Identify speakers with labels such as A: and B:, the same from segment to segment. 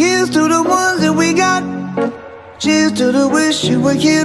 A: Here's to the ones that we got. Cheers to the wish you were here,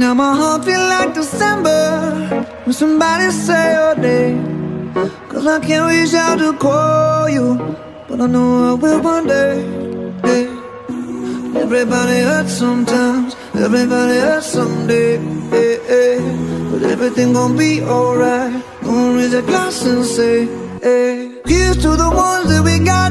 A: Now my heart feel like December when somebody say your name. Cause I can't reach out to call you, but I know I will one day. Hey. Everybody hurts sometimes, everybody hurts someday. Hey, hey. But everything gon' be alright. Gonna raise a glass and say, hey. Here's to the ones that we got.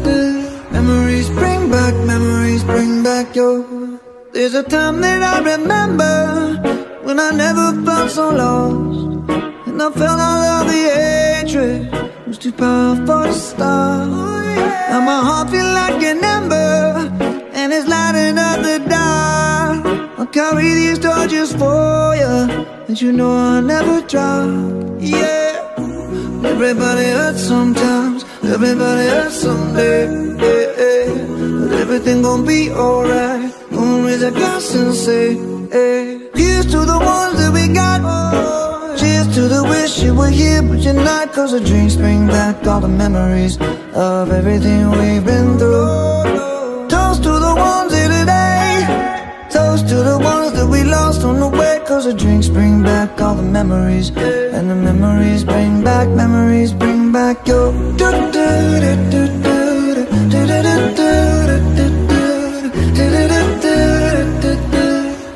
A: Memories bring back, memories bring back your. There's a time that I remember when I never felt so lost. And I felt all of the hatred was too powerful to stop. Now my heart feel like an ember, and it's lighting up the dark. I'll carry these torches for you, and you know I'll never drop. Yeah. Everybody hurts sometimes. Everybody hurts someday. eh, eh. But everything gon' be alright. Gonna raise a glass and say, hey. Here's to the ones that we got. Cheers to the wish you were here, but you're not. Cause the dreams bring back all the memories of everything we've been through. Toast to the ones here today. Toast to the ones that we lost on the way. Cause the drinks bring back all the memories. And the memories bring back, memories bring back your.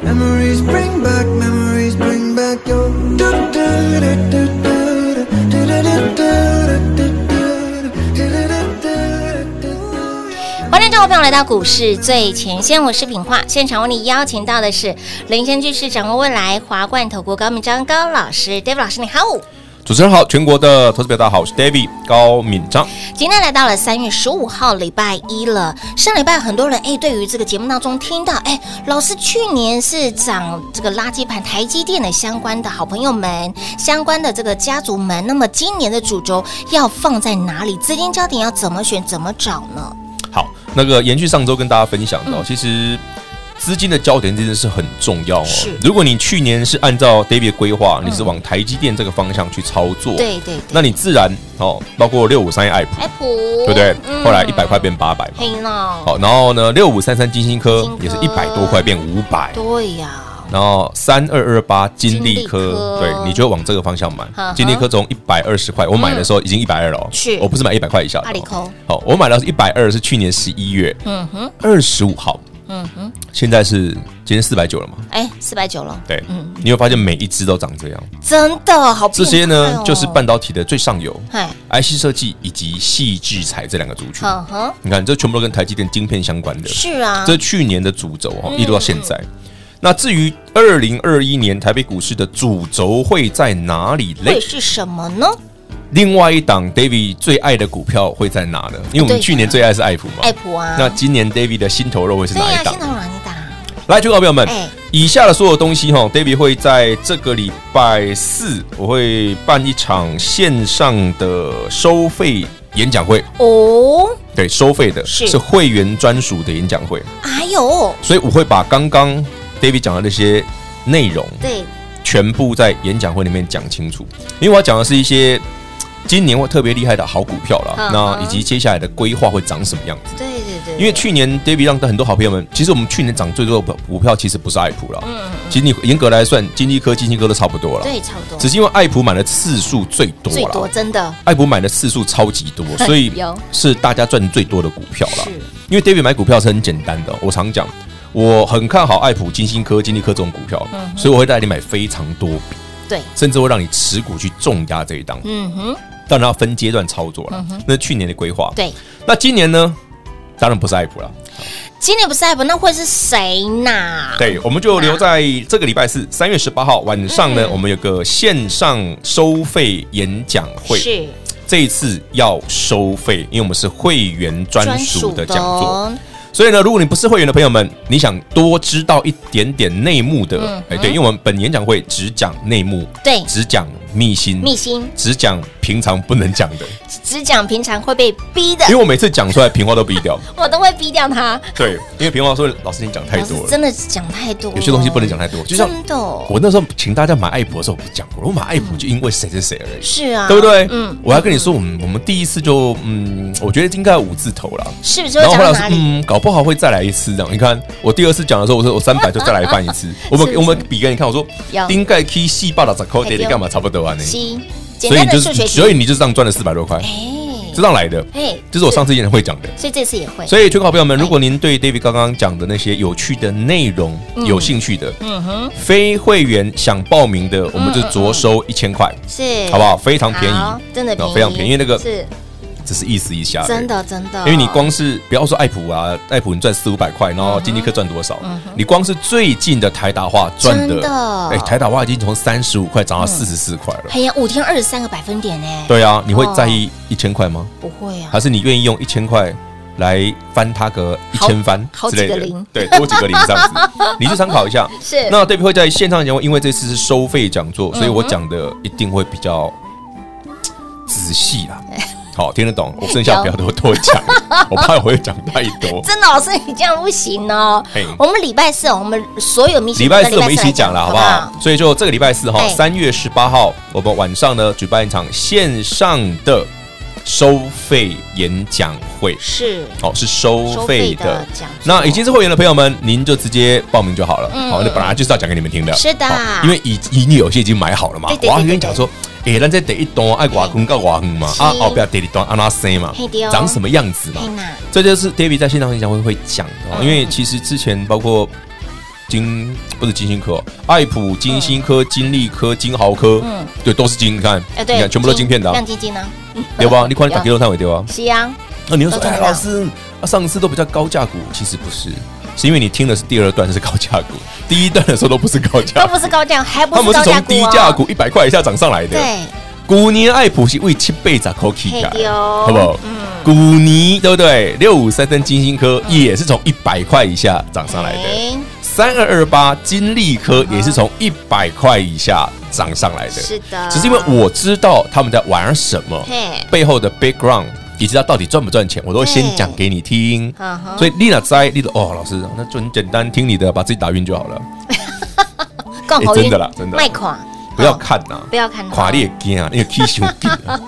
A: Memories bring back, memories bring back your.
B: 欢迎各位朋友来到股市最前线，我是品化。现场为你邀请到的是领先趋势、掌握未来华冠投顾高明章高老师，David 老师，你好。
C: 主持人好，全国的投资表大家好，我是 David 高敏章。
B: 今天来到了三月十五号礼拜一了，上礼拜很多人哎，对于这个节目当中听到哎，老师去年是涨这个垃圾盘台积电的相关的好朋友们、相关的这个家族们，那么今年的主轴要放在哪里？资金焦点要怎么选、怎么找呢？
C: 好，那个延续上周跟大家分享到，
B: 嗯
C: 其实资金的焦点真的是很重要哦
B: 是。嗯
C: 如果你去年是按照 David 的规划，你是往台积电这个方向去操作，
B: 对哎对对，
C: 那你自然哦，包括六五三一爱普，
B: 爱普嗯
C: 对不对？后来一百块
B: 变
C: 变八百嘛。
B: 黑了，
C: 好，然后呢，六五三三金星科
B: 金科
C: 也是一百多块变五百，
B: 对呀、
C: 然后三二二八金
B: 金利
C: 利
B: 科
C: 科，对，你就往这个方向买
B: 呵呵。嗯
C: 金利科从一百二十块，我买的时候已经一百二了哦，
B: 是
C: 我不是买一百块以下
B: 阿
C: 的
B: 里
C: 哦。
B: 扣，
C: 好，我买到是一百二，是去年十一月
B: 嗯哼，
C: 二十五号，
B: 嗯哼，
C: 现在是今天四百九了嘛？
B: 哎，四百九了，
C: 对，你会发现每一只都长这样。
B: 真的嗯好、哦
C: 这些呢，就是半，导体的最上游
B: 嗨，
C: ，IC 设计以及细制材这两个族群。
B: 嗯哼，
C: 你看，这全部都跟台积电晶片相关的。
B: 是啊，嗯
C: 这去年的主轴哈，一路到现在。那至于二零二一年台北股市的主轴会在哪里嘞
B: 会？是什么呢？
C: 哦另外一档 David 最爱的股票会在哪呢？因为我
B: 对
C: 们
B: 呀
C: 去年最爱是爱普嘛。
B: 爱普啊，
C: 那今年 David 的心头肉会是
B: 对
C: 哪
B: 呀、
C: 一
B: 啊，
C: 档
B: 新？唐哪一档？
C: 来，全国好朋友们
B: 哎，
C: 以下的所有东西哈，David 会在这个礼拜四，我会办一场线上的收费演讲会，
B: 哦，
C: 对，收费的
B: 是
C: 是会员专属的演讲会，
B: 哎呦，
C: 所以我会把刚刚 David 讲的那些内容
B: 对，
C: 全部在演讲会里面讲清楚，因为我要讲的是一些嘖今年会特别厉害的好股票啦，
B: 嗯
C: 那
B: 嗯
C: 以及接下来的规划会长什么样子。
B: 对对对，
C: 因为去年 David 让很多好朋友们，其实我们去年涨最多的股票其实不是爱普啦，
B: 嗯
C: 其实你严格来算，金济科、金济科都差不多了，
B: 对差不多
C: 只是因为爱普买的次数最多
B: 最多
C: 了，
B: 真的
C: 爱普买的次数超级多，所以
B: 有
C: 是大家赚最多的股票了。
B: 是
C: 因为 David 买股票是很简单的，我常讲，我很看好爱普、金星科、金利科这种股票，
B: 嗯
C: 所以我会带你买非常多笔，
B: 对，
C: 甚至会让你持股去重压这一档，
B: 嗯哼，
C: 当然要分阶段操作了。那是去年的规划，。
B: 对。嗯
C: 那今年呢？当然不是爱普了，
B: 今年不是 app，那会是谁呢？
C: 对，我们就留在这个礼拜四，三月十八号晚上呢，
B: 嗯
C: 我们有个线上收费演讲会，
B: 是
C: 这一次要收费，因为我们是会员专属的讲座，
B: 哦
C: 所以呢，如果你不是会员的朋友们，你想多知道一点点内幕的，
B: 嗯
C: 哎、对，因为我们本演讲会只讲内幕，
B: 对
C: 只讲秘辛，
B: 秘辛
C: 只讲平常不能讲 的，
B: 只讲平常会被逼的
C: 因，为我每次讲出来，平花都逼 掉。
B: 我都会逼掉他。
C: 对，因为平花说老师你讲太
B: 老师
C: 多了，
B: 真的讲太多了，
C: 有些东西不能讲太多，就像
B: 真的哦
C: 我那时候请大家买爱普的时候，我不讲过，我买爱普就因为谁谁谁而已。
B: 是啊，
C: 对不对？
B: 嗯，
C: 我还跟你说，我们我们第一次就嗯，我觉得应该有五字头了。
B: 是不是会
C: 然后
B: 讲
C: 后
B: 到
C: 来
B: 哪
C: 我说，
B: 里？
C: 嗯，搞不好会再来一次这样。你看，我第二次讲的时候，我说我三百就再来办一次。我们
B: 是
C: 我们比给你看，我说
B: 有
C: 丁盖 K 细霸的咋扣跌的干嘛差不多啊？你，
B: 七，简
C: 所
B: 单
C: 以
B: 的
C: 你就
B: 数学
C: 是，
B: 题
C: 所以，你就这样赚了四百多块，
B: 哎
C: 这样来的。
B: 哎，
C: 这是我上次演讲会讲的。
B: 所以这次也会，
C: 所以，全国好朋友们，如果您对 David 刚刚讲的那些有趣的内容有兴趣的，
B: 哎嗯哼，
C: 非会员想报名的，我们就着收一千块，
B: 是
C: 好不好？？非常便
B: 哎好
C: 宜，哦
B: 真的便宜，
C: 非常便宜。因为那个
B: 是
C: 只是意思一下，
B: 真。的真的，
C: 因为你光是不要说爱普啊，爱普你赚四五百块，然后金立科赚多少？你光是最近的台达化赚
B: 嗯真的
C: 的，哎，台达化已经从三十五块涨到四十四块了。
B: 哎呀，五天二十三个百分点呢，
C: 对啊，你会在
B: 哦
C: 意一千块吗？
B: 不会啊
C: 还，是你愿意用一千块来翻它个一
B: 好
C: 千番
B: 好
C: 之
B: 几
C: 类
B: 个
C: 的
B: 零？
C: 对，多几个零这样 子，你去参考一下。
B: 是
C: 那对比会在线上讲，因为这次是收费讲
B: 嗯
C: 座，所以我讲的一定会比较仔细 啦。好，听得懂，我剩下不要多多讲，我怕我会讲太多。
B: 真的老师你这样不行哦
C: 嘿。
B: 我们礼拜四哦，我们所有明星
C: 礼拜四我们一起讲了，好不好？所以就这个礼拜四哈，
B: 哎
C: 三月十八号，我们晚上呢举办一场线上的收费演讲会，
B: 是
C: 好是收费的。
B: 讲座
C: 那已经是会员的朋友们，您就直接报名就好了。
B: 嗯
C: 好，那本来就是要讲给你们听的，
B: 是的
C: 好因为已已经有些已经买好了嘛
B: 对。对对
C: 我要跟你讲说，哎，咱这第一段爱寡公告寡哼嘛，
B: 是
C: 啊，后边第二段安拉生嘛
B: 嘿对哦，
C: 长什么样子嘛
B: 佩，娜
C: 这就是 David 在线上演讲会会讲的、哦，
B: 嗯
C: 因为其实之前包括金不是金星科哦，爱普、金星科、金利科、金豪科，
B: 嗯
C: 对，都是金，你看，
B: 哎
C: 你
B: 对，
C: 看全部都晶片的、啊
B: 亮，晶晶嗯呢？
C: 对吧？你看你打
B: 有
C: 给肉碳尾对吧？
B: 是啊，
C: 那你又说，
B: 都赚
C: 哎，
B: 得到
C: 老师，啊上次都比较高价股，其实不是，是因为你听的是第二段是高价股，第一段的时候都不是高价
B: 都
C: 股，
B: 不是高价，还不
C: 他
B: 是
C: 们是
B: 高价
C: 从
B: 股
C: 低
B: 哦
C: 价。股一百块以下涨上来的。
B: 对，
C: 古年爱普是为七倍咋口起
B: 嘿对哦
C: 好不好？古尼对不对？六五三三金星科也是从一百块以下涨上来的，
B: 哎
C: 三二二八金利科也是从一百块以下涨上来的。
B: 哦是的，
C: 只是因为我知道他们在玩什么，
B: 嘿，
C: 背后的 background，以及它到底赚不赚钱，我都会先讲给你听。
B: 嗯哼
C: 所以丽娜在，丽娜哦，老师，那就很简单，听你的，把自己打晕就好了，
B: 更好
C: 哎真的啦真的啦
B: 卖垮，
C: 不要
B: 哦
C: 看呐、
B: 不要看
C: 垮裂惊啊，因为 K 熊低啊。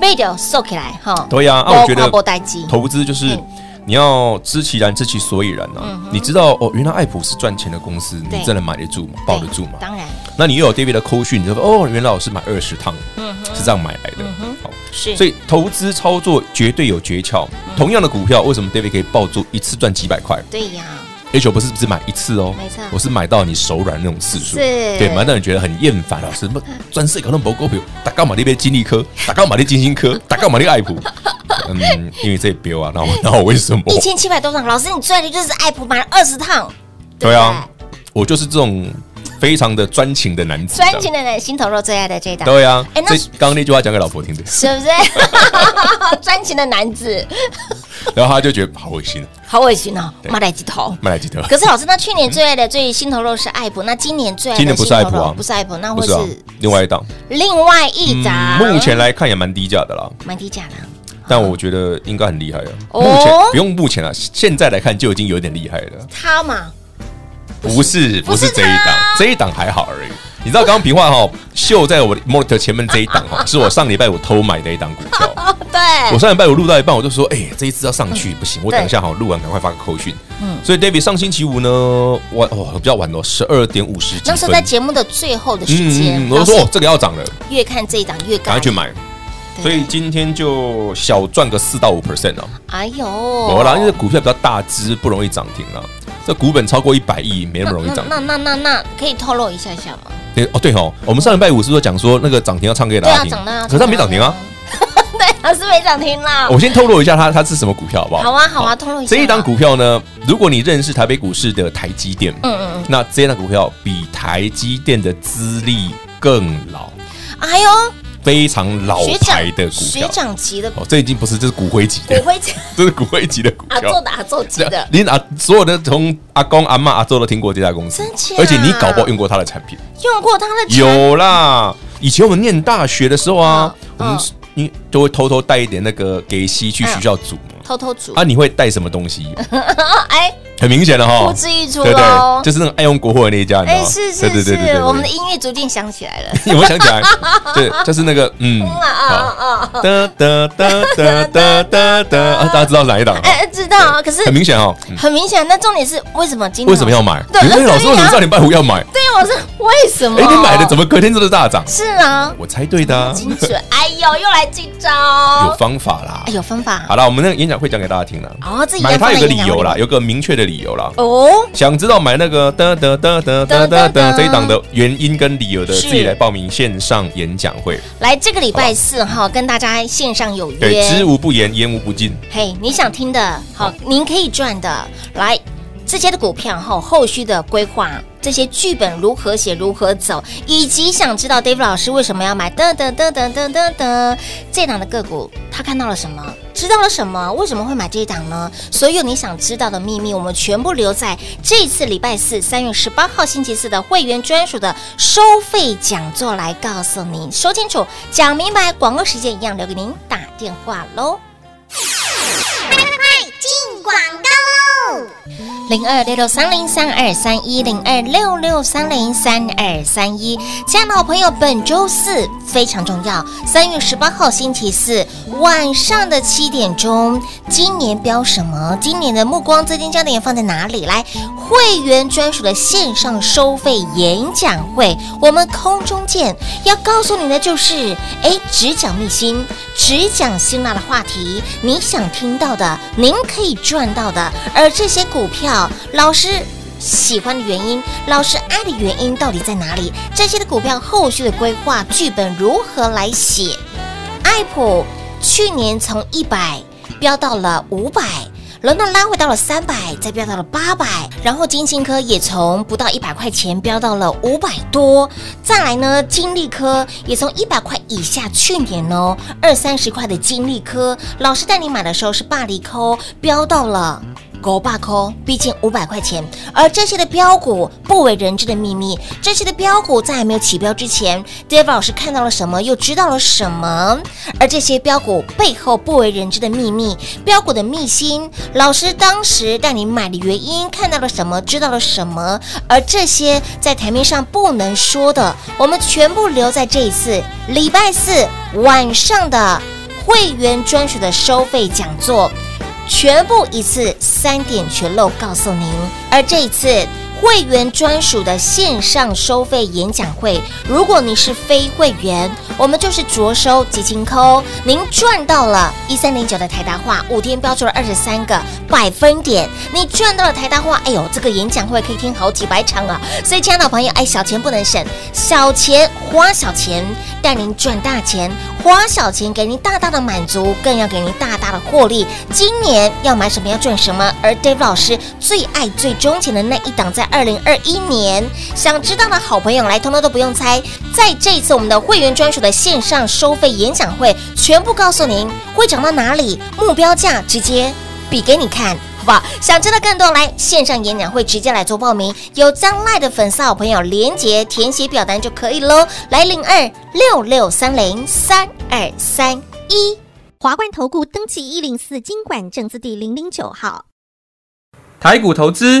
B: 卖掉收起来哈。
C: 对呀、啊，我觉得
B: 波待机，
C: 投资就是
B: 嗯
C: 你要知其然，知其所以然啊。你知道哦，原来爱普是赚钱的公司，
B: 对
C: 你真的买得住吗？抱得住吗
B: 对？当然
C: 那你又有 David 的扣讯，你就说哦，原来我是买二十趟，
B: 嗯
C: 是这样买来的。好，
B: 是，
C: 所以投资操作绝对有诀窍。
B: 嗯
C: 同样的股票，为什么 David 可以抱住一次赚几百块？
B: 对呀，
C: 而且我不是只买一次哦，
B: 没错
C: 我是买到你手软那种次数，
B: 是
C: 对，买到你觉得很厌烦了，什么专设可能不够票，打干嘛那边金利科，打干嘛那金星 科，打干嘛那爱普，嗯，因为这标啊，那我那我为什么？
B: 一千七百多趟，老师你赚的就是爱普买了二十趟，
C: 对啊
B: 不对，，
C: 我就是这种非常的专情的男子，啊
B: 专情的人心头肉最爱的这一档，
C: 对啊，
B: 哎那
C: 这刚刚那句话讲给老 婆听的，
B: 是不是？ 专情的男子，
C: 然后他就觉得好恶心，
B: 好恶心哦，
C: 对
B: 妈来鸡头。
C: 麦来吉特，
B: 可是老师，那去年最爱的最心头肉是爱普，那今年最爱的
C: 今年不是爱普啊
B: 心头肉不是爱普，那
C: 不
B: 会
C: 是啊
B: 是，
C: 另外一档，嗯
B: 另外一档。
C: 目前来看也蛮低价的啦，
B: 蛮低价的，
C: 但我觉得应该很厉害了。
B: 哦
C: 目前不用目前了，啊现在来看就已经有点厉害了。
B: 他嘛，
C: 不是不
B: 不是
C: 是这一档
B: 他，
C: 这一档还好而已。你知道刚刚平话哈秀在我的 monitor 前面这一档 哈，是我上礼拜我偷买的一档股票。我
B: 对，
C: 上礼拜我录到一半，我就说，哎、这一次要上
B: 嗯
C: 去不行，我等一下哈录完赶快发个扣讯。所以 David 上星期五呢，晚哦比较晚哦，十二点五十几
B: 那
C: 分。
B: 是在节目的最后的时间，
C: 我就
B: 老师
C: 说哦这个要涨了，
B: 越看这一档越高
C: 赶快，去买。
B: 对
C: 所以今天就小赚个四到五 percent 哦。
B: 哎呦，
C: 我啦，因为股票比较大只，不容易涨停啦。这股本超过一百亿，没那么容易涨。
B: 那那那那那可以透露一下下吗？
C: 对哦，对哦，我们上礼拜五是不是讲说那个涨停要唱给
B: 对
C: 大家
B: 啊，
C: 听？
B: 涨到
C: 可是它没涨停啊。，
B: 对啊，是没涨停啦。
C: 我先透露一下它它是什么股票好不好？
B: 好啊，好啊，透露一下。
C: 这一档，股票呢，如果你认识台北股市的台积电，
B: 嗯嗯嗯，
C: 那这一档股票比台积电的资历更老，
B: 哎呦，
C: 非常老
B: 学
C: 牌的
B: 长，
C: 股
B: 学
C: 票。
B: 长级的
C: 哦，这已经不是，这是骨灰级
B: 骨
C: 的，
B: 灰啊级，
C: 这是骨灰级的股
B: 阿
C: 票
B: 宙。的阿宙级的，
C: 你啊，所有的从阿公、阿妈、阿周都听过这家公司
B: 真假，
C: 而且你搞不好用过它的产品。
B: 用过他的产
C: 有啦，以前我们念大学的时候啊，
B: 嗯
C: 我们
B: 嗯
C: 你就会偷偷带一点那个给息去学校煮嘛。
B: 偷偷煮
C: 啊，，你会带什么东西？
B: 哎，
C: 很明显了哈
B: 呼，之欲出
C: 哦对不
B: 喽
C: 对，。就是那种爱用国货的那一家，你知道
B: 哎，
C: 吗
B: 是是
C: 对对对对对
B: 是，
C: 对
B: 我们的音乐逐渐响起来 了。
C: 有没有想起来？对，就是那个嗯，
B: 啊啊
C: 好
B: 啊啊！
C: 哒哒哒哒哒哒哒，啊大家知道哪一档？
B: 哎，知道啊，可是
C: 很明显哦，嗯
B: 很明显，那重点是为什么今天
C: 为什么要？买？
B: 对
C: 你说哎老师为什么知道礼拜五要买？
B: 对，我是为什么？
C: 哎，你买的怎么隔天就是大涨？
B: 是啊，
C: 我猜对的啊，
B: 精准。 哎呦，又来这招，
C: 有方法啦
B: 哎。有方法
C: 好啦，我们那个演讲会讲给大家听啦。
B: 哦，自己
C: 买它有个理由啦，
B: 了
C: 有个明确的理由啦。
B: 哦，
C: 想知道买那个哒哒哒哒哒哒哒这一档的原因跟理由的，
B: 是
C: 自己来报名线上演讲会。
B: 来这个礼拜四哈，跟大家线上有
C: 对，知
B: 约，
C: 无不言，言无不尽。
B: 嘿，你想听的，好，您可以赚的，来这些的股票哈，后续的规划。这些剧本如何写，如何走，以及想知道 Dave 老师为什么要买噔噔噔噔噔噔噔这档的个股，他看到了什么，知道了什么，为什么会买这一档呢？所有你想知道的秘密，我们全部留在这次礼拜四三月十八号星期四的会员专属的收费讲座来告诉您。说清楚，讲明白，广告时间一样留给您打电话喽。零二六六三零三二三一零二六六三零三二三一。亲爱的好朋友，本周四非常重要，三月十八号星期四晚上的七点钟，今年标什么？今年的目光资金焦点放在哪里？来，会员专属的线上收费演讲会，我们空中见。要告诉你的就是，哎，只讲秘辛，只讲辛辣的话题，你想听到的，您可以赚到的。而这些股票，老师喜欢的原因，老师爱的原因到底在哪里？这些的股票后续的规划剧本如何来写？爱普去年从一百飙到了五百。轮到拉回到了三百，再飙到了八百，然后金星科也从不到一百块钱飙到了五百多，再来呢，金利科也从一百块以下，去年哦二三十块的金利科，老师带你买的时候是霸利科，飙到了。狗爸抠，毕竟五百块钱。而这些的标股不为人知的秘密，这些的标股在还没有起标之前，David 老师看到了什么，又知道了什么？而这些标股背后不为人知的秘密，标股的秘辛，老师当时带你买的原因，看到了什么，知道了什么？而这些在台面上不能说的，我们全部留在这一次礼拜四晚上的会员专属的收费讲座。全部一次三点全漏告诉您。而这一次会员专属的线上收费演讲会，如果你是非会员，我们就是着收基金扣，您赚到了一三零九的台达化，五天标出了二十三个百分点，你赚到了台达化，哎呦，这个演讲会可以听好几百场啊！所以，亲爱的朋友，哎，小钱不能省，小钱花小钱，带您赚大钱，花小钱给您大大的满足，更要给您大大的获利。今年要买什么，要赚什么，而 Dave 老师最爱最钟情的那一档，在二零二一年，想知道的好朋友来，通通都不用猜，在这一次我们的会员专属的线上收费演讲会，全部告诉您会涨到哪里，目标价直接比给你看。好不好？想知道更多，来线上演讲会直接来做报名，有张赖的粉丝好朋友连接填写表单就可以喽。来零二六六三零三二三一。
D: 华冠投顾登记一零四经管证字第零零九号。
E: 台股投资，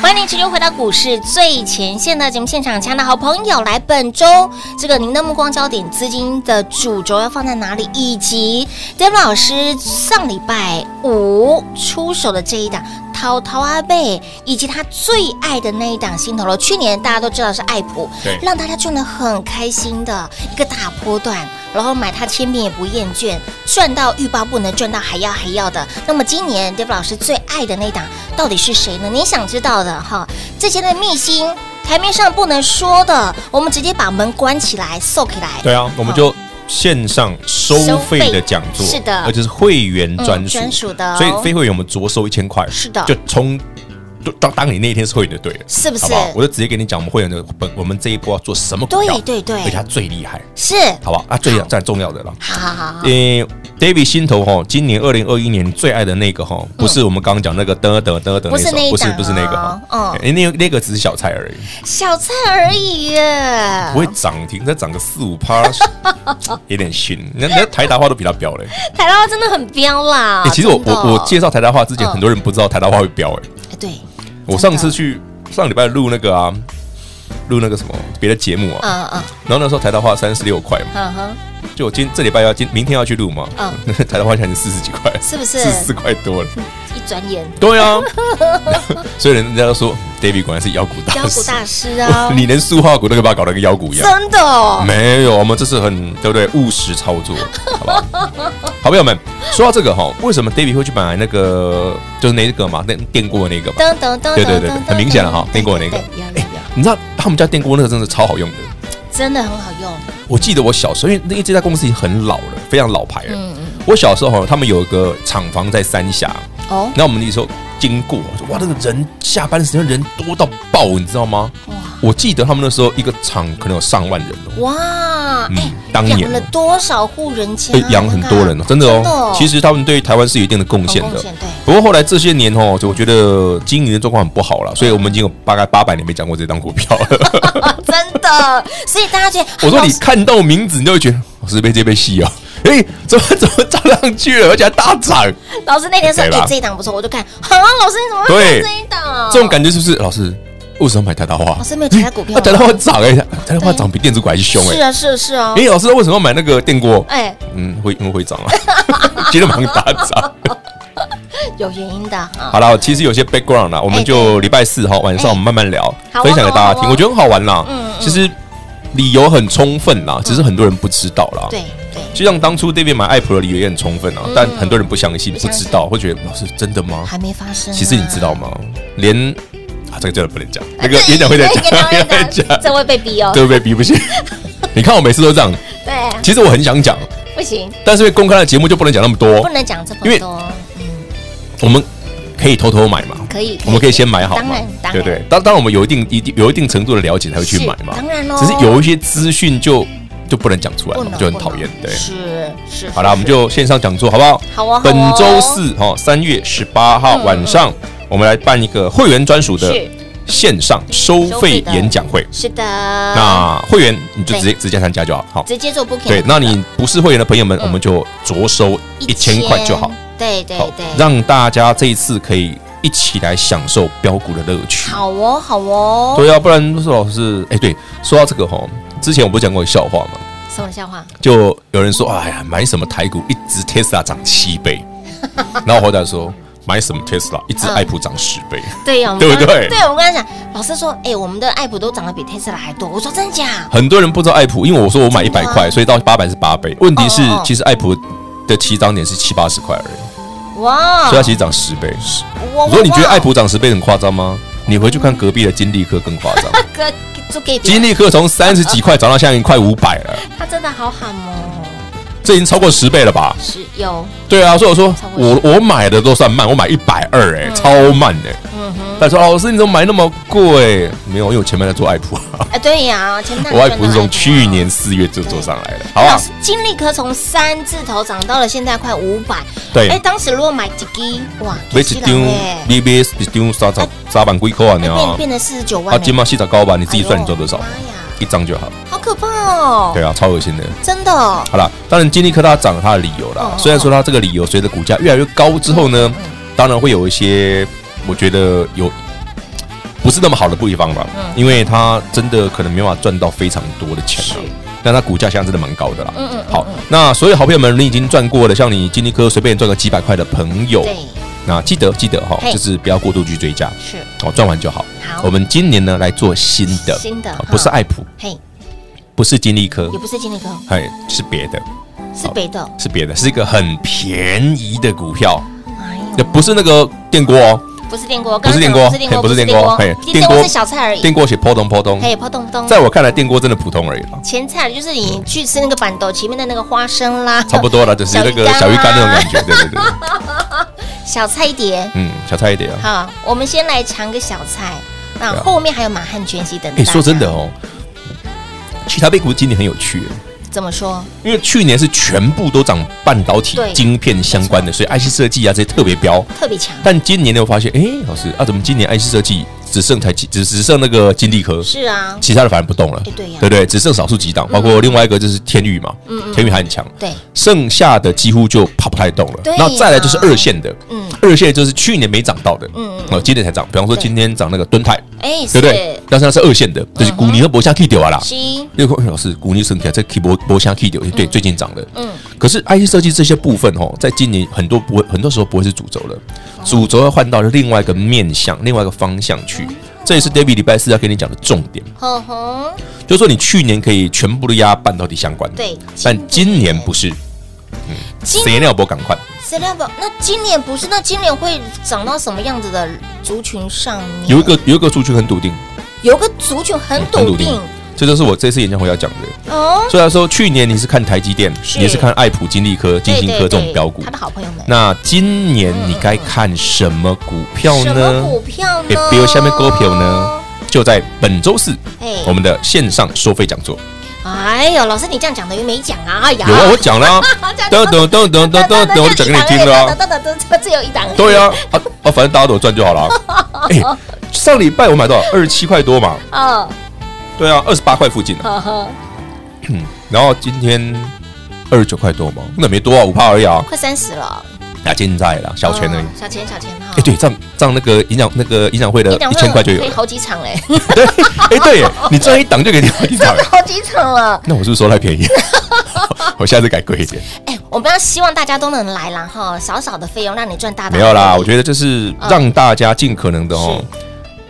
B: 欢迎您持续回到股市最前线的节目现场，亲爱的好朋友，来本周这个您的目光焦点资金的主轴要放在哪里，以及 d a v 老师上礼拜五出手的这一档淘淘阿贝，以及他最爱的那一档新头了。去年大家都知道是爱普，
C: 对
B: 让大家赚得很开心的一个大波段，然后买它千遍也不厌倦，赚到欲罢不能，赚到还要还要的。那么今年 Dave 老师最爱的那档到底是谁呢？你想知道的哈，这些的秘辛，台面上不能说的，我们直接把门关起来，收起来。
C: 对啊，我们就线上收费的讲座，
B: 收费是的
C: 而且是会员专
B: 嗯
C: 属、
B: 专属的哦
C: 所以非会员我们着收一千块，
B: 是的
C: 就从就当当你那一天是会员就对了，
B: 是不是
C: 好不好？我就直接给你讲，我们会员的本，我们这一波要做什么股票，
B: 对对对
C: 而且它最厉害，
B: 是，
C: 好不好？啊，最最重要的了。
B: 好好好好，
C: 诶，David 心头哈，今年二零二一年最爱的那个哈，不是我们刚刚讲那个得得得得
B: 嗯不是那一
C: 不是
B: 档
C: 不是那个哈，
B: 哦
C: 诶那那个只是小菜而已，
B: 小菜而已耶
C: 不。会涨停，再涨个四 五趴，有点逊。人家台达化都比他飙嘞。
B: 台大真的很彪啦。
C: 欸其实我
B: 啊真的
C: 我我介绍台达化之前，
B: 嗯
C: 很多人不知道台达化会飙哎。
B: 哎对，
C: 我上次去上礼拜录那个啊，录那个什么别的节目啊，
B: 嗯嗯
C: 然后那时候台达化三十六块嘛，
B: 嗯哼，
C: 就我今这礼拜要今明天要去录嘛，
B: 嗯
C: 台达化现在四十几块，
B: 是不是
C: 四十四块多了？
B: 一转 眼
C: 对 啊，所以人家都说 David 果然是妖股大
B: 标股
C: 师，
B: 大师啊，
C: 你连塑化股都可以把它搞得跟妖股一 样。
B: 真的哦，
C: 没有，我们这是很对不对？务实操 作，好不好？好朋友们，说到这个哈，为什么 David 会去买那个就是那个嘛，那电锅的那个嘛？
B: 噔噔噔，
C: 对对对对
B: 噔噔
C: 很明显了哈
B: 噔噔
C: 电锅的那个哎
B: 对对对有有
C: 你知道他们家电锅那个真的超好用的。
B: 有，真的很好用，
C: 我记得我小时候，因为那这家公司已经很老了，非常老牌了。
B: 嗯嗯，
C: 我小时候哈，他们有一个厂房在三峡，
B: 哦
C: 那我们那时候经过，我说哇，那个人下班时间人多到爆，你知道吗？
B: 哇
C: 我记得他们那时候一个厂可能有上万人哦。
B: 哇，
C: 嗯
B: 哎，
C: 当
B: 养
C: 年
B: 了多少户人家
C: 哎，
B: 啊，
C: 养很多人哦，真的哦。其
B: 实
C: 实他们对台湾是有一定的贡献的。哦
B: 对，
C: 不过后来这些年哦，就我觉得经营的状况很不好
B: 嗯
C: 了，所以我们已经有大概八百年没讲过这张股票了。
B: 啊真的，所以大家觉得，
C: 我
B: 啊
C: 说
B: 老
C: 你
B: 师
C: 看到名字，你就会觉得我是被这被戏哦。 哎，怎么怎么涨上去了，而且还大涨？
B: 老师那天说，
C: 对吧
B: 哎，这一档不错，我就看，啊，老师你怎么
C: 对
B: 会看这一档？
C: 这种感觉是不是？老师为什么要买台达化
B: 老？师没有其他股票
C: 那
B: 吗，
C: 台达化涨哎，台达化涨比电子股还凶
B: 是
C: 哎。
B: 啊是啊是啊
C: 哎，，老师为什么要买那个电锅？
B: 哎，
C: 嗯，会因为会涨啊， 今天马上大涨。
B: 有原因的啊。
C: 好了，其实有些 background 啦，我们就礼拜四哈晚上我们慢慢聊
B: 哎好，哦
C: 分享给大家
B: 好
C: 听，
B: 哦
C: 我觉得很好玩啦
B: 嗯嗯。嗯
C: 其实理由很充分啦，只是很多人不知道啦。
B: 对嗯对，
C: 就像当初 David 买爱普的理由也很充分啊，但很多人不相信，不知道，会觉得老师真的吗？
B: 还没发生啊、
C: 其实你知道吗？连啊，这个真的 不能讲，那个演讲会再讲，
B: 演讲会再
C: 讲
B: 讲，这会被逼哦。
C: 对不对？比不行。 你看我每次都这样，
B: 对啊，
C: 其实我很想讲，
B: 不行，
C: 但是因为公开的节目就不能讲那么
B: 不
C: 多，
B: 能讲这么
C: 因为
B: 多。嗯，
C: 我们可以偷偷买嘛。
B: 可以，
C: 我们可以先买好
B: 当
C: 嘛
B: 然，当然
C: 对不对？当当然，我们有一定一定有一定程度的了解才会去买嘛。
B: 是当然咯
C: 只是有一些资讯就就不能讲出来
B: 不
C: 嘛
B: 能，
C: 就很讨厌
B: 不。能
C: 对，
B: 是是。
C: 好
B: 是
C: 啦，我们就线上讲座好不好？
B: 好啊好啊嗯
C: 本周四哈，三月十八号晚上，我们来办一个会员专属的
B: 是
C: 线上收
B: 收费
C: 费
B: 的
C: 演讲会。
B: 是的。
C: 那会员你就
B: 啊对
C: 直接直接参加就好，好。
B: 直接做啊 booking
C: 对，那你不是会员的朋友们，
B: 嗯
C: 我们就着收一千块就好，。
B: 对对
C: 好
B: 对，，
C: 让大家这一次可以一起来享受标股的乐趣。
B: 好哦好哦。
C: 对啊，不然说老师，哎，对，说到这个哈，之前我不是讲过一个笑话吗？
B: 什么笑话？
C: 就有人说，哎呀，买什么台股一直 Tesla 涨七倍， 然后我回答说，买什么 Tesla 一直
B: 嗯
C: 爱普涨十倍，
B: 对呀，我们
C: 对不
B: 刚
C: 对
B: 对，我们刚才讲，老师说，哎，我们的爱普都涨得比 Tesla 还多。我说真的假？
C: 很多人不知道爱普，因为我说我买一
B: 真的
C: 百
B: 吗
C: 块，所以到八百是八倍。问题是
B: 哦哦哦，
C: 其实爱普的起涨点是七八十块而已，
B: 哇！
C: 所以它其实涨十倍。
B: 我
C: 如果你觉得爱普涨十倍很夸张吗？你回去看隔壁的金利科更夸 张，
B: 哥就给别
C: 金
B: 人，
C: 利科从三十几块涨到现在已经快五百了，
B: 他真的好喊哦，
C: 这已经超过十倍了吧？
B: 是有，
C: 对啊，所以我说
B: 超过
C: 我我买的都算慢，我买一百二哎，超慢哎、
B: 嗯哼，
C: 他说：“老师，你怎么买那么贵？”没有，因为我前面在做爱普，啊
B: 哎，对呀，前段
C: 我爱普是从去年四月就做上来的，好啊不
B: 哎老
C: 好
B: 师？金利科从三字头涨到了现在快五百，
C: 对
B: 哎，当时如果买几支，哇，
C: 每一张
B: 哎，
C: VBS 一张三十三万几块啊，你
B: 变
C: 啊，
B: 变了四十九万哎，
C: 啊，金毛四十高吧，你自己算你
B: 哎呦
C: 赚多少
B: 妈，呀，
C: 一张就好。
B: 好可怕哦，
C: 对啊，超恶心的。
B: 真的哦，
C: 好啦，当然金利科它涨了它的理由啦
B: 哦，
C: 虽然说它这个理由随着股价越来越高之后呢，
B: 嗯
C: 当然会有一些我觉得有不是那么好的不利方法，
B: 嗯
C: 因为它真的可能没办法赚到非常多的钱啊。但它股价现在真的蛮高的啦。
B: 嗯嗯嗯
C: 好，那所有好朋友们，你已经赚过的，像你金利科随便赚个几百块的朋友，
B: 对，
C: 那记得记得哈，
B: 嘿
C: 就是不要过度去追加，
B: 是
C: 哦，赚完就好。
B: 好
C: 我们今年呢来做新的，
B: 新的
C: 哦不是
B: 嗯
C: 爱普，
B: 嘿，
C: 不是金利科
B: 也，不是金利科，
C: 哎，是别的。
B: 是别的，
C: 是别的，是一个很便宜的股票，
B: 哎
C: 也
B: 呦，
C: 不是那个电锅哦，
B: 不是电锅，
C: 不是电锅，
B: 刚刚讲的
C: 嘿
B: 不
C: 不
B: 是
C: 是
B: 电
C: 电
B: 锅，
C: 锅，
B: 不是
C: 嘿
B: 电锅，电锅是小菜而已，
C: 电锅写破咚破咚，
B: 嘿，破洞洞，
C: 在我看来，电锅真的普通而已啦，
B: 前菜就是你去吃那个板豆前面的那个花生啦，
C: 差不多了，就是那个
B: 小
C: 小
B: 鱼
C: 鱼
B: 干
C: 干
B: 啊
C: 那种感觉，对对对，
B: 小菜一碟。
C: 嗯，小菜一点啊。
B: 好，我们先来尝个小菜，那
C: 对啊
B: 后面还有满汉全席等。
C: 哎，说真的，哦，其他被股今年很有趣耶，
B: 怎么说？
C: 因为去年是全部都涨半导体
B: 对
C: 晶片相关的，所以 IC 设计啊这些特别标。
B: 特别强，
C: 但今年呢，我发现，哎，老师啊，怎么今年 IC 设计只剩才几，只只剩那个金利科？
B: 是啊，
C: 其他的反而不动了，
B: 哎对呀嗯
C: 不对？只剩少数几档，包括另外一个就是天宇嘛，天宇还很强，
B: 对，
C: 剩下的几乎就跑不太动了
B: 对呀。
C: 那再来就是二线的，
B: 嗯
C: 二线就是去年没涨到的，
B: 嗯嗯
C: 哦，今年才涨。比方说
B: 对
C: 今天涨那个敦泰，
B: 哎，
C: 对不对
B: 是？嗯
C: 但是它是二线的，就是股尼和博下 K 掉啊了啦。
B: 七，
C: 六块老师，股尼升起来，这 K 博博下 K 掉，对，最近涨的。
B: 嗯，
C: 可是 IC 设计这些部分哦，在今年很多不会，很多时候不会是主轴了，
B: 哦
C: 主轴要换到另外一个面向，另外一个方向去。这也是 David 礼拜四要跟你讲的重点。
B: 哼哼，
C: 就说你去年可以全部都压半导体相关的，
B: 对
C: 但今年不是，
B: 今
C: 谁料不赶快？
B: 谁料不？那今年不是？那今年会涨到什么样子的族群上面？
C: 有一个有一个族群很笃定，
B: 有一个族群很笃定，
C: 这就是我这次演讲会要讲的。
B: 哦，
C: 虽然说去年你是看台积电，
B: 是
C: 也是看爱普、金利科、金
B: 对
C: 星
B: 对
C: 科
B: 对，
C: 这种标股
B: 他，的好朋友们，
C: 那今年你该看什么股票
B: 什么
C: 呢？
B: 股票呢？
C: 哎比如下面股票呢？就在本周四
B: 哎，
C: 我们的线上收费讲座，
B: 哎呦，老师你这样讲等于没讲啊！哎呀，
C: 有啊，我讲了啊，等等等等等等等，我就讲给你听了啊。
B: 等等等等，只有一档。
C: 对啊，啊啊，反正大家都有赚就好了啊。哎、上礼拜我买多少？二十七块多嘛。
B: 哦，
C: 对啊，二十八块附近、啊。
B: 呵呵，
C: 然后今天二十九块多嘛，那没多啊，五趴而已啊。
B: 快三十了，
C: 打现在啦，小钱而已
B: 哦。小钱小钱哈。
C: 哎、对，这样这样那个演讲那个演讲会的
B: 一档
C: 一千块就有
B: 可以
C: 了。
B: 好几场嘞，
C: 对，哎、对耶，你这样一档就给你好几档。
B: 好几场了。
C: 那我是不是说太便宜？ 我下次改贵一点。
B: 哎，我们要希望大家都能来啦哈，少少的费用让你赚大大的
C: 没
B: 利益。
C: 有啦，我觉得就是
B: 嗯
C: 让大家尽可能的哦，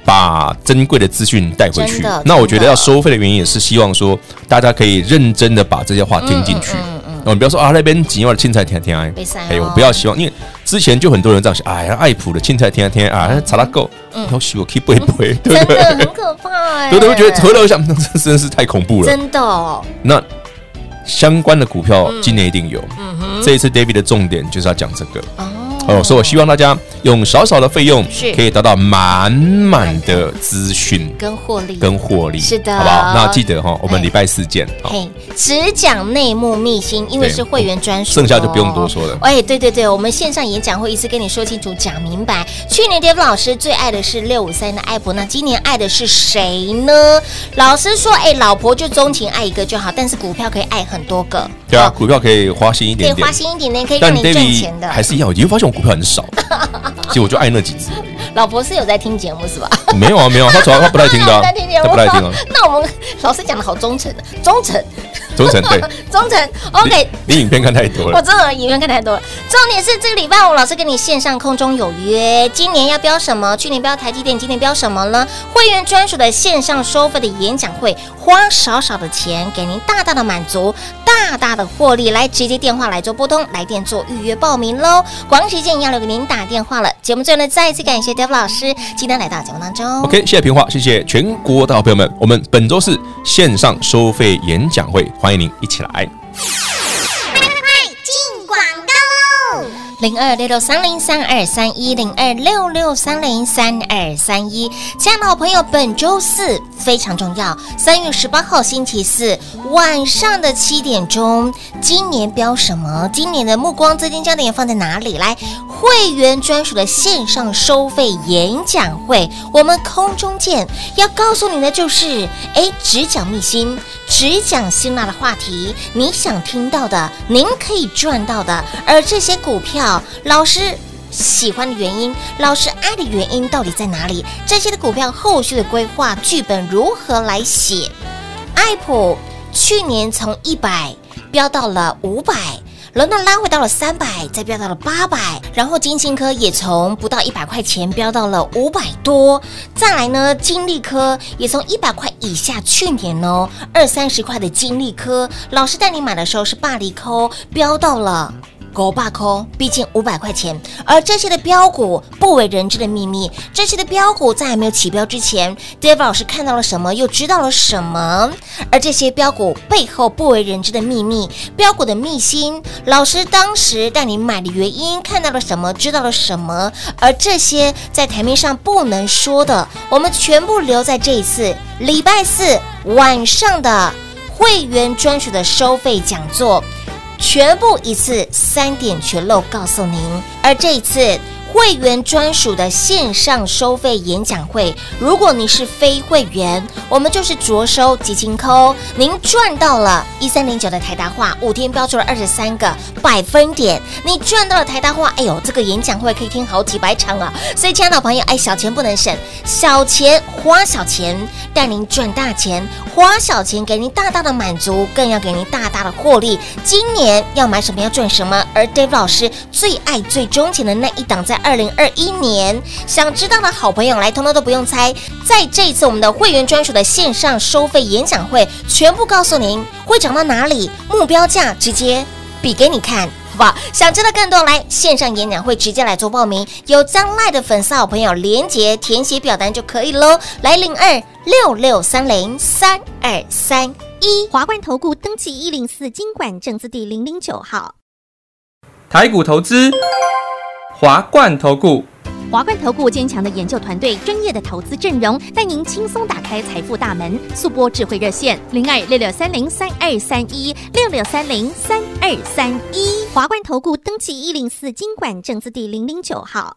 C: 把珍贵的资讯带回
B: 真
C: 去
B: 的。
C: 那我觉
B: 真
C: 得
B: 的
C: 要收费的原因也是希望说，大家可以认真的把这些话听进去。
B: 嗯
C: 哦，你不要说啊那边几万的青菜天天哎
B: 没事哦，
C: 我不要希望，因为之前就很多人这样想，哎呀，爱普的青菜天天啊，查拉够，
B: 嗯
C: 要许我可以不 会，对
B: 真
C: 不对？
B: 的很可怕哎。
C: 对对，我觉得回头想，这真是太恐怖了。
B: 真的哦，
C: 那
B: 嗯
C: 相关的股票今年一定有，这一次 David 的重点就是要讲这个。
B: 哦
C: 哦，所以我希望大家用少少的费用
B: 是，
C: 可以达到满满的资讯
B: 跟获利
C: 跟获利，
B: 是的
C: 好不好？那记得哈，我们
B: 哎
C: 礼拜四见。好
B: 嘿，只讲内幕秘辛，因为
C: 对嗯
B: 是会员专属的哦、
C: 剩下就不用多说了
B: 哎，对对对，我们线上演讲会一次跟你说清楚、讲明白。去年 Dave 老师最爱的是六五三的艾博，那今年爱的是谁呢？老师说，哎，老婆就钟情爱一个就好，但是股票可以爱很多个，
C: 对
B: 哦
C: 啊，股票可以花心一
B: 可以
C: 点点
B: 花，心一点点，可以让
C: 但
B: 你赚钱
C: David 还
B: 的。
C: 是一样，我就发现我股票很 少，其实我就爱那几只而已。
B: 老婆是有在听节目是吧？
C: 没有啊，没有啊，他主要他不太听 的啊
B: 不，听节
C: 他
B: 目，
C: 不太听啊，
B: 那我们老师讲的好忠诚，啊忠诚，
C: 忠诚对。
B: 忠诚。OK，
C: 你你影片看太多
B: 我
C: 了，
B: 真的影片看太多了。重点是这个礼拜五老师跟你线上空中有约，今年要标什么？去年标台积电，今年标什么呢？会员专属的线上收费的演讲会，花少少的钱给您大大的满足，大大的获利。来，直接电话来做拨通，来电做预约报名喽。广告时间一样留给您打电话了。节目最后呢，再一次感谢 Dev 老师今天来到节目当中。
C: OK，谢谢平话，谢谢全国的好朋友们，我们本周四线上收费演讲会，欢迎您一起来。
F: 进广告喽！
B: 零二六六三零三二三一零二六六三零三二三一。亲爱的好朋友，本周四非常重要，三月十八号星期四晚上的七点钟，今年标什么？今年的目光资金焦点放在哪里？来，会员专属的线上收费演讲会，我们空中见。要告诉你的就是，哎，只讲秘辛，只讲辛辣的话题，你想听到的，您可以赚到的，而这些股票，老师。喜欢的原因，老师爱的原因到底在哪里？这些的股票后续的规划剧本如何来写？爱普去年从一百飙到了五百。轮到拉回到了三百，再飙到了八百，然后金星科也从不到一百块钱飙到了五百多，再来呢，金利科也从一百块以下，去年哦二三十块的金利科，老师带你买的时候是巴黎抠，飙到了狗爸抠，毕竟五百块钱。而这些的标股不为人知的秘密，这些的标股在还没有起标之前，David 老师看到了什么，又知道了什么？而这些标股背后不为人知的秘密，标股的秘辛，老师当时带你买的原因，看到了什么，知道了什么？而这些在台面上不能说的，我们全部留在这一次礼拜四晚上的会员专属的收费讲座。全部一次三点全漏告诉您。而这一次会员专属的线上收费演讲会，如果你是非会员，我们就是着收基金扣，您赚到了一三零九的台达化，五天标出了二十三个百分点，你赚到了台达化，哎呦，这个演讲会可以听好几百场啊！所以，亲爱的朋友，哎，小钱不能省，小钱花小钱，带您赚大钱，花小钱给您大大的满足，更要给您大大的获利。今年要买什么，要赚什么，而 Dave 老师最爱最钟情的那一档，在二零二一年，想知道的好朋友来，通通都不用猜，在这一次我们的会员专属的线上收费演讲会，全部告诉您会涨到哪里，目标价直接比给你看。好不好？想知道更多，来线上演讲会直接来做报名，有张赖的粉丝好朋友连接填写表单就可以喽。来零二六六三零三二三一。
D: 华冠投顾登记一零四经管证字第零零九号。
E: 台股投资，华冠投顾，
D: 华冠投顾坚强的研究团队，专业的投资阵容，带您轻松打开财富大门。速播智慧热线零二六六三零三二三一六六三零三二三一。华冠投顾登记一零四经管证字第零零九号。